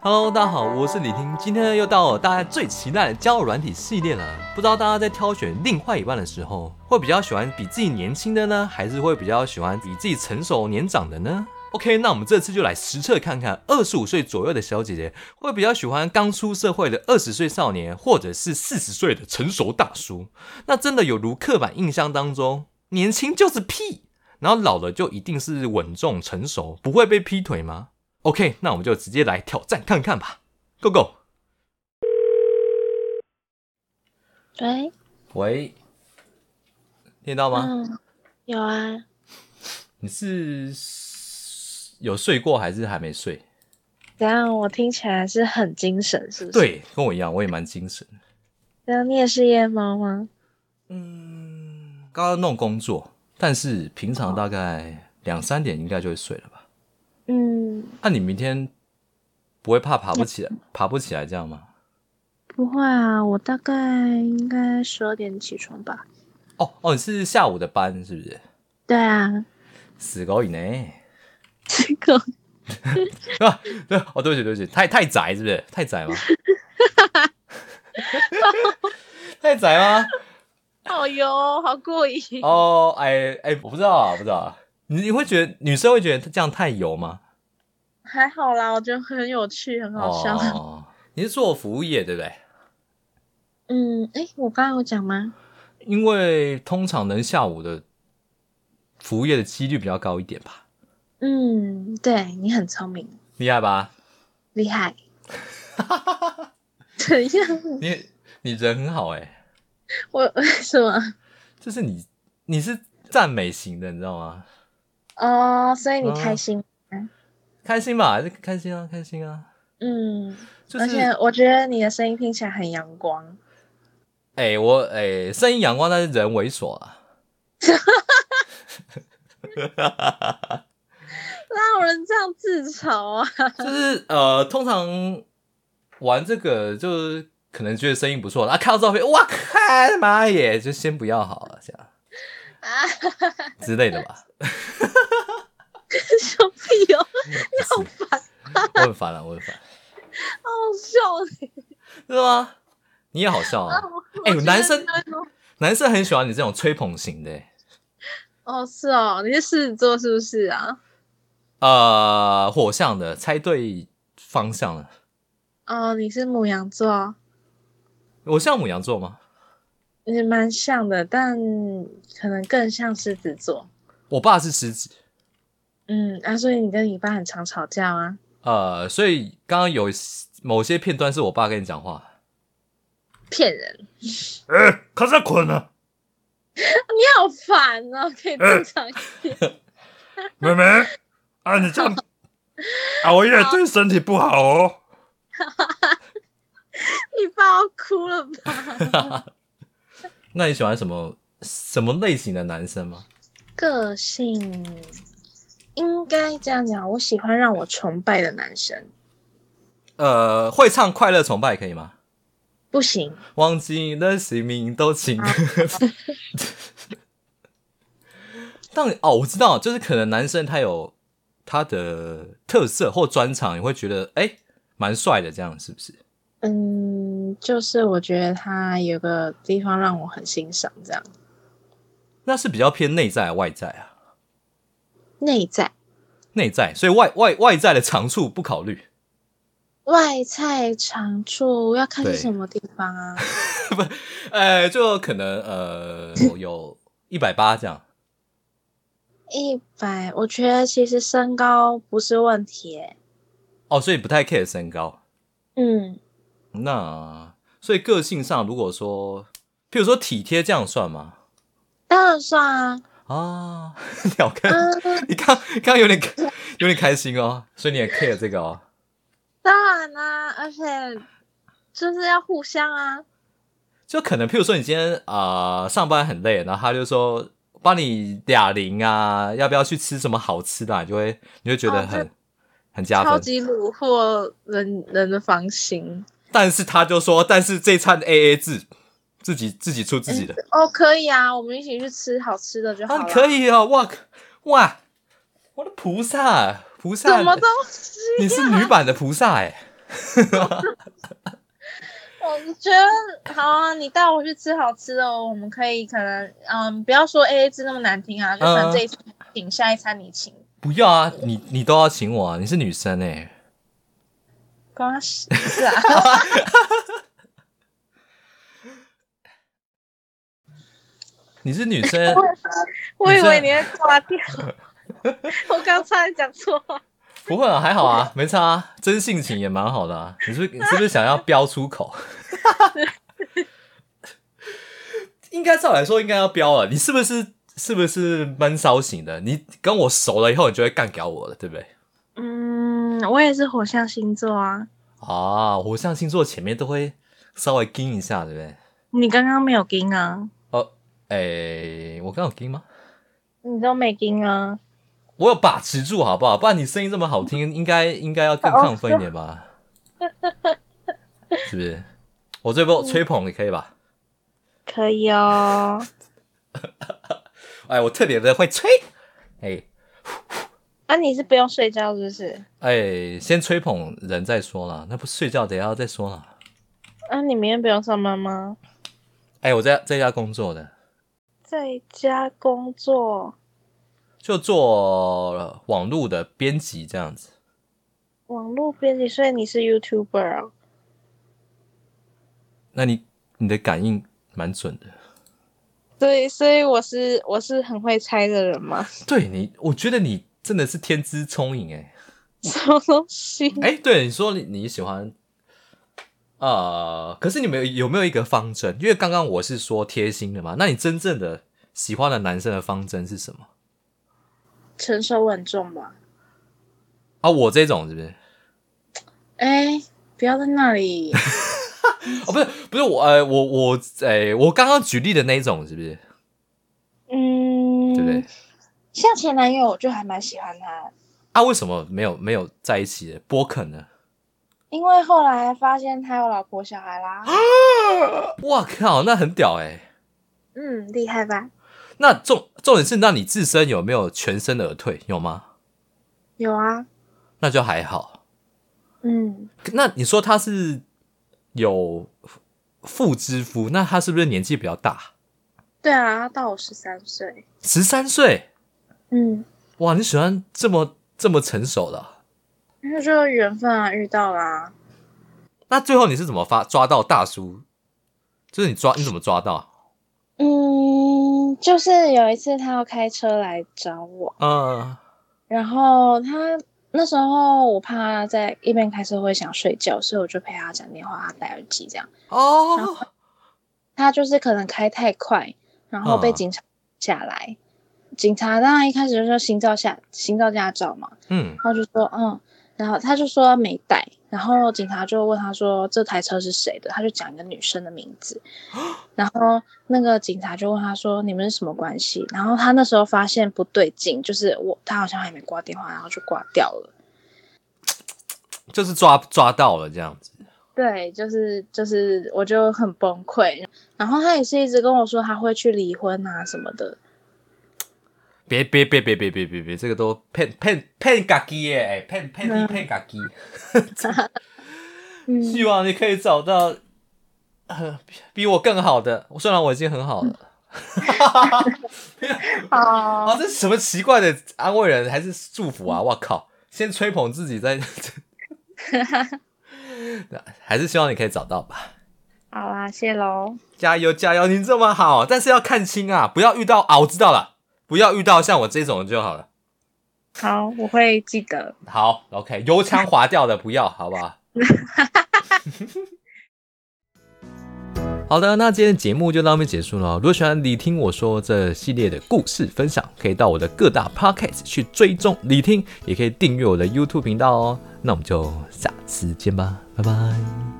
Hello，大家好，我是李听，今天呢又到了大家最期待的交友软体系列了。不知道大家在挑选另外一半的时候，会比较喜欢比自己年轻的呢，还是会比较喜欢比自己成熟年长的呢？OK，那我们这次就来实测看看，二十五岁左右的小姐姐会比较喜欢刚出社会的二十岁少年，或者是四十岁的成熟大叔。那真的有如刻板印象当中，年轻就是屁，然后老了就一定是稳重成熟，不会被劈腿吗？OK，那我们就直接来挑战看看吧，Go Go！喂，喂，听到吗？嗯，有啊，你是有睡过还是还没睡？怎样？我听起来是很精神，是不是？，对，跟我一样，我也蛮精神。这样你也是夜猫吗？嗯，刚刚弄工作，但是平常大概两三点应该就会睡了吧？嗯，那、你明天不会怕爬不起来、爬不起来这样吗？不会啊，我大概应该十二点起床吧。哦哦，你是下午的班是不是？对啊，死狗以内。 这 个啊，对，哦，对不起，对不起，太太宅是不是？太宅吗？ 太宅吗？好哦哟，好过瘾。哦，哎哎，我不知道啊，不知道啊。你你会觉得女生会觉得这样太油吗？还好啦，我觉得很有趣，很好笑。 哦，你是做服务业对不对？嗯，哎，我刚刚有讲吗？因为通常能下午的服务业的几率比较高一点吧，嗯，对你很聪明，厉害吧？厉 害。怎样？你你人很好哎、我 为什么？就是你你是赞美型的，你知道吗？哦，所以你啊开心？开心吧，还是开心啊，开心啊，嗯。就是而且我觉得你的声音听起来很阳光，哎、我哎、声音阳光，但是人猥琐啊。哪有人这样自嘲啊？就是呃，通常玩这个就是可能觉得声音不错，啊，看到照片，哇靠，妈耶，就先不要好了，这样啊， 之类的吧。小屁哦，好烦，我很烦了、我很烦，好笑是吗？你也好笑啊啊！！我哎我觉得男生你为什么男生很喜欢你这种吹捧型的、哦，是哦，你是狮子座是不是啊？呃，火象的，猜对方向了。哦，你是母羊座，我像母羊座吗？你蛮像的，但可能更像狮子座。我爸是狮子，嗯，啊，所以你跟你爸很常吵架啊？呃，所以刚刚有某些片段是我爸跟你讲话。骗人！哎、他在困呢、你好烦哦，可以正 常一点。妹妹啊，你这样熬夜对身体不好哦。你爸要哭了吧？那你喜欢什么什么类型的男生吗？个性应该这样讲，我喜欢让我崇拜的男生，呃，会唱《快乐崇拜》可以吗？不行，忘记你的姓名都请。 但哦，我知道，就是可能男生他有他的特色或专长，你会觉得哎蛮帅的，这样是不是？嗯，就是我觉得他有个地方让我很欣赏，这样那是比较偏内在还是外在啊？内在内在，所以外外外在的长处不考虑。外在长处要看对是什么地方啊？ 呃，就可能呃有 一百八这样。一百，我觉得其实身高不是问题、欸，哦，所以不太 care 身高。嗯，那所以个性上，如果说，譬如说体贴这样算吗？当然算啊，啊， 鸟哥，嗯，你刚刚刚有点有点开心哦，所以你也 care 这个哦。当然啦、而且就是要互相啊，就可能譬如说你今天啊、呃上班很累，然后他就说帮你哑铃啊，要不要去吃什么好吃的啊、你就会你就觉得哦很、这很加超分。级虏获人人的芳心。但是他就说，但是这餐 A A 制，自己自己出自己的。哦，可以啊，我们一起去吃好吃的就好啊，了。你可以哦，哇哇，我的菩萨，菩萨，什么东西？你是女版的菩萨哎、我觉得好啊，你带我去吃好吃的、哦，我们可以可能嗯，不要说 A A 制那么难听啊，就嗯可能这一餐请，下一餐你请。不要啊，你你都要请我啊，你是女生哎、关 我屁事啊！你是女 生，我以你这为你会 挂掉，我刚差点讲错话。不会啊，还好啊，没差啊，真性情也蛮好的啊。你是不是你是不是想要飙出口？ 应该照来说应该要飙了，你是不是是不是闷骚型的？你跟我熟了以后，你就会干掉我了，对不对？嗯，我也是火象星座啊。啊，火象星座前面都会稍微盯一下，对不对？你刚刚没有跟啊，哦，诶，我刚有盯吗？你都没跟啊。我有把持住，好不好？不然你声音这么好听，应该应该要更亢奋一点吧？是不是？我这波吹捧也可以吧？可以哦，哎，我特别的会吹，哎啊，你是不用睡觉是不是？哎，先吹捧人再说啦，那不睡觉等一下再说啦。啊，你明天不用上班吗？哎，我在在家工作的，在家工作，就做网络的编辑这样子。网络编辑，所以你是 YouTuber 啊？那你你的感应蛮准的，对，所以我是我是很会猜的人嘛，对你，我觉得你真的是天资聪颖哎、什么东西？哎、对，你说你你喜欢，呃，可是你们有有没有一个方针？因为刚刚我是说贴心的嘛，那你真正的喜欢的男生的方针是什么？ 成熟稳重吧。啊，我这种是不是？哎、不要在那里。哦，不是，不是我，呃，我我，哎、我刚刚举例的那一种是不是？ 嗯，对不对？像前男友，我就还蛮喜欢他，啊，为什么没有没有在一起的波肯呢？因为后来发现他有老婆小孩啦。哇靠，那很屌哎、 嗯，厉害吧？那重重点是，那你自身有没有全身而退？有吗？有啊，那就还好。嗯，那你说他是有妇之夫，那他是不是年纪比较大？对啊，他到我十三岁。十三岁，嗯，哇！你喜欢这么这么成熟的啊、那就缘分啊，遇到啦。那最后你是怎么发抓到大叔？就是你抓你怎么抓到？嗯，就是有一次他要开车来找我，嗯、然后他那时候我怕他在一边开车会想睡觉，所以我就陪他讲电话，他戴耳机这样。哦，他就是可能开太快，然后被嗯警察下来。警察当然一开始就说行照下行照驾照嘛，嗯，然后就说嗯，然后他就说没带，然后警察就问他说这台车是谁的，他就讲一个女生的名字，然后那个警察就问他说你们是什么关系？然后他那时候发现不对劲，就是我他好像还没挂电话，然后就挂掉了。就是抓抓到了这样子。对，就是就是，我就很崩溃。然后他也是一直跟我说他会去离婚啊什么的，别别别别别别别别，这个都骗骗骗嘎叽耶，哎骗骗你骗嘎叽。嗯希望你可以找到、呃、比比我更好的，虽然我已经很好了。啊，好，哦这是什么奇怪的安慰人还是祝福啊？我靠，先吹捧自己再， 还是希望你可以找到吧，好啦，谢喽。加油加油！你这么好，但是要看清啊，不要遇到啊，我知道了，不要遇到像我这种就好了。好，我会记得。好，OK，油腔滑调的不要，好不好？ 好的，那今天的节目就到这边结束了哦。如果喜欢你听我说这系列的故事分享，可以到我的各大 podcast 去追踪你听，也可以订阅我的 YouTube 频道哦。那我们就下次见吧，拜拜。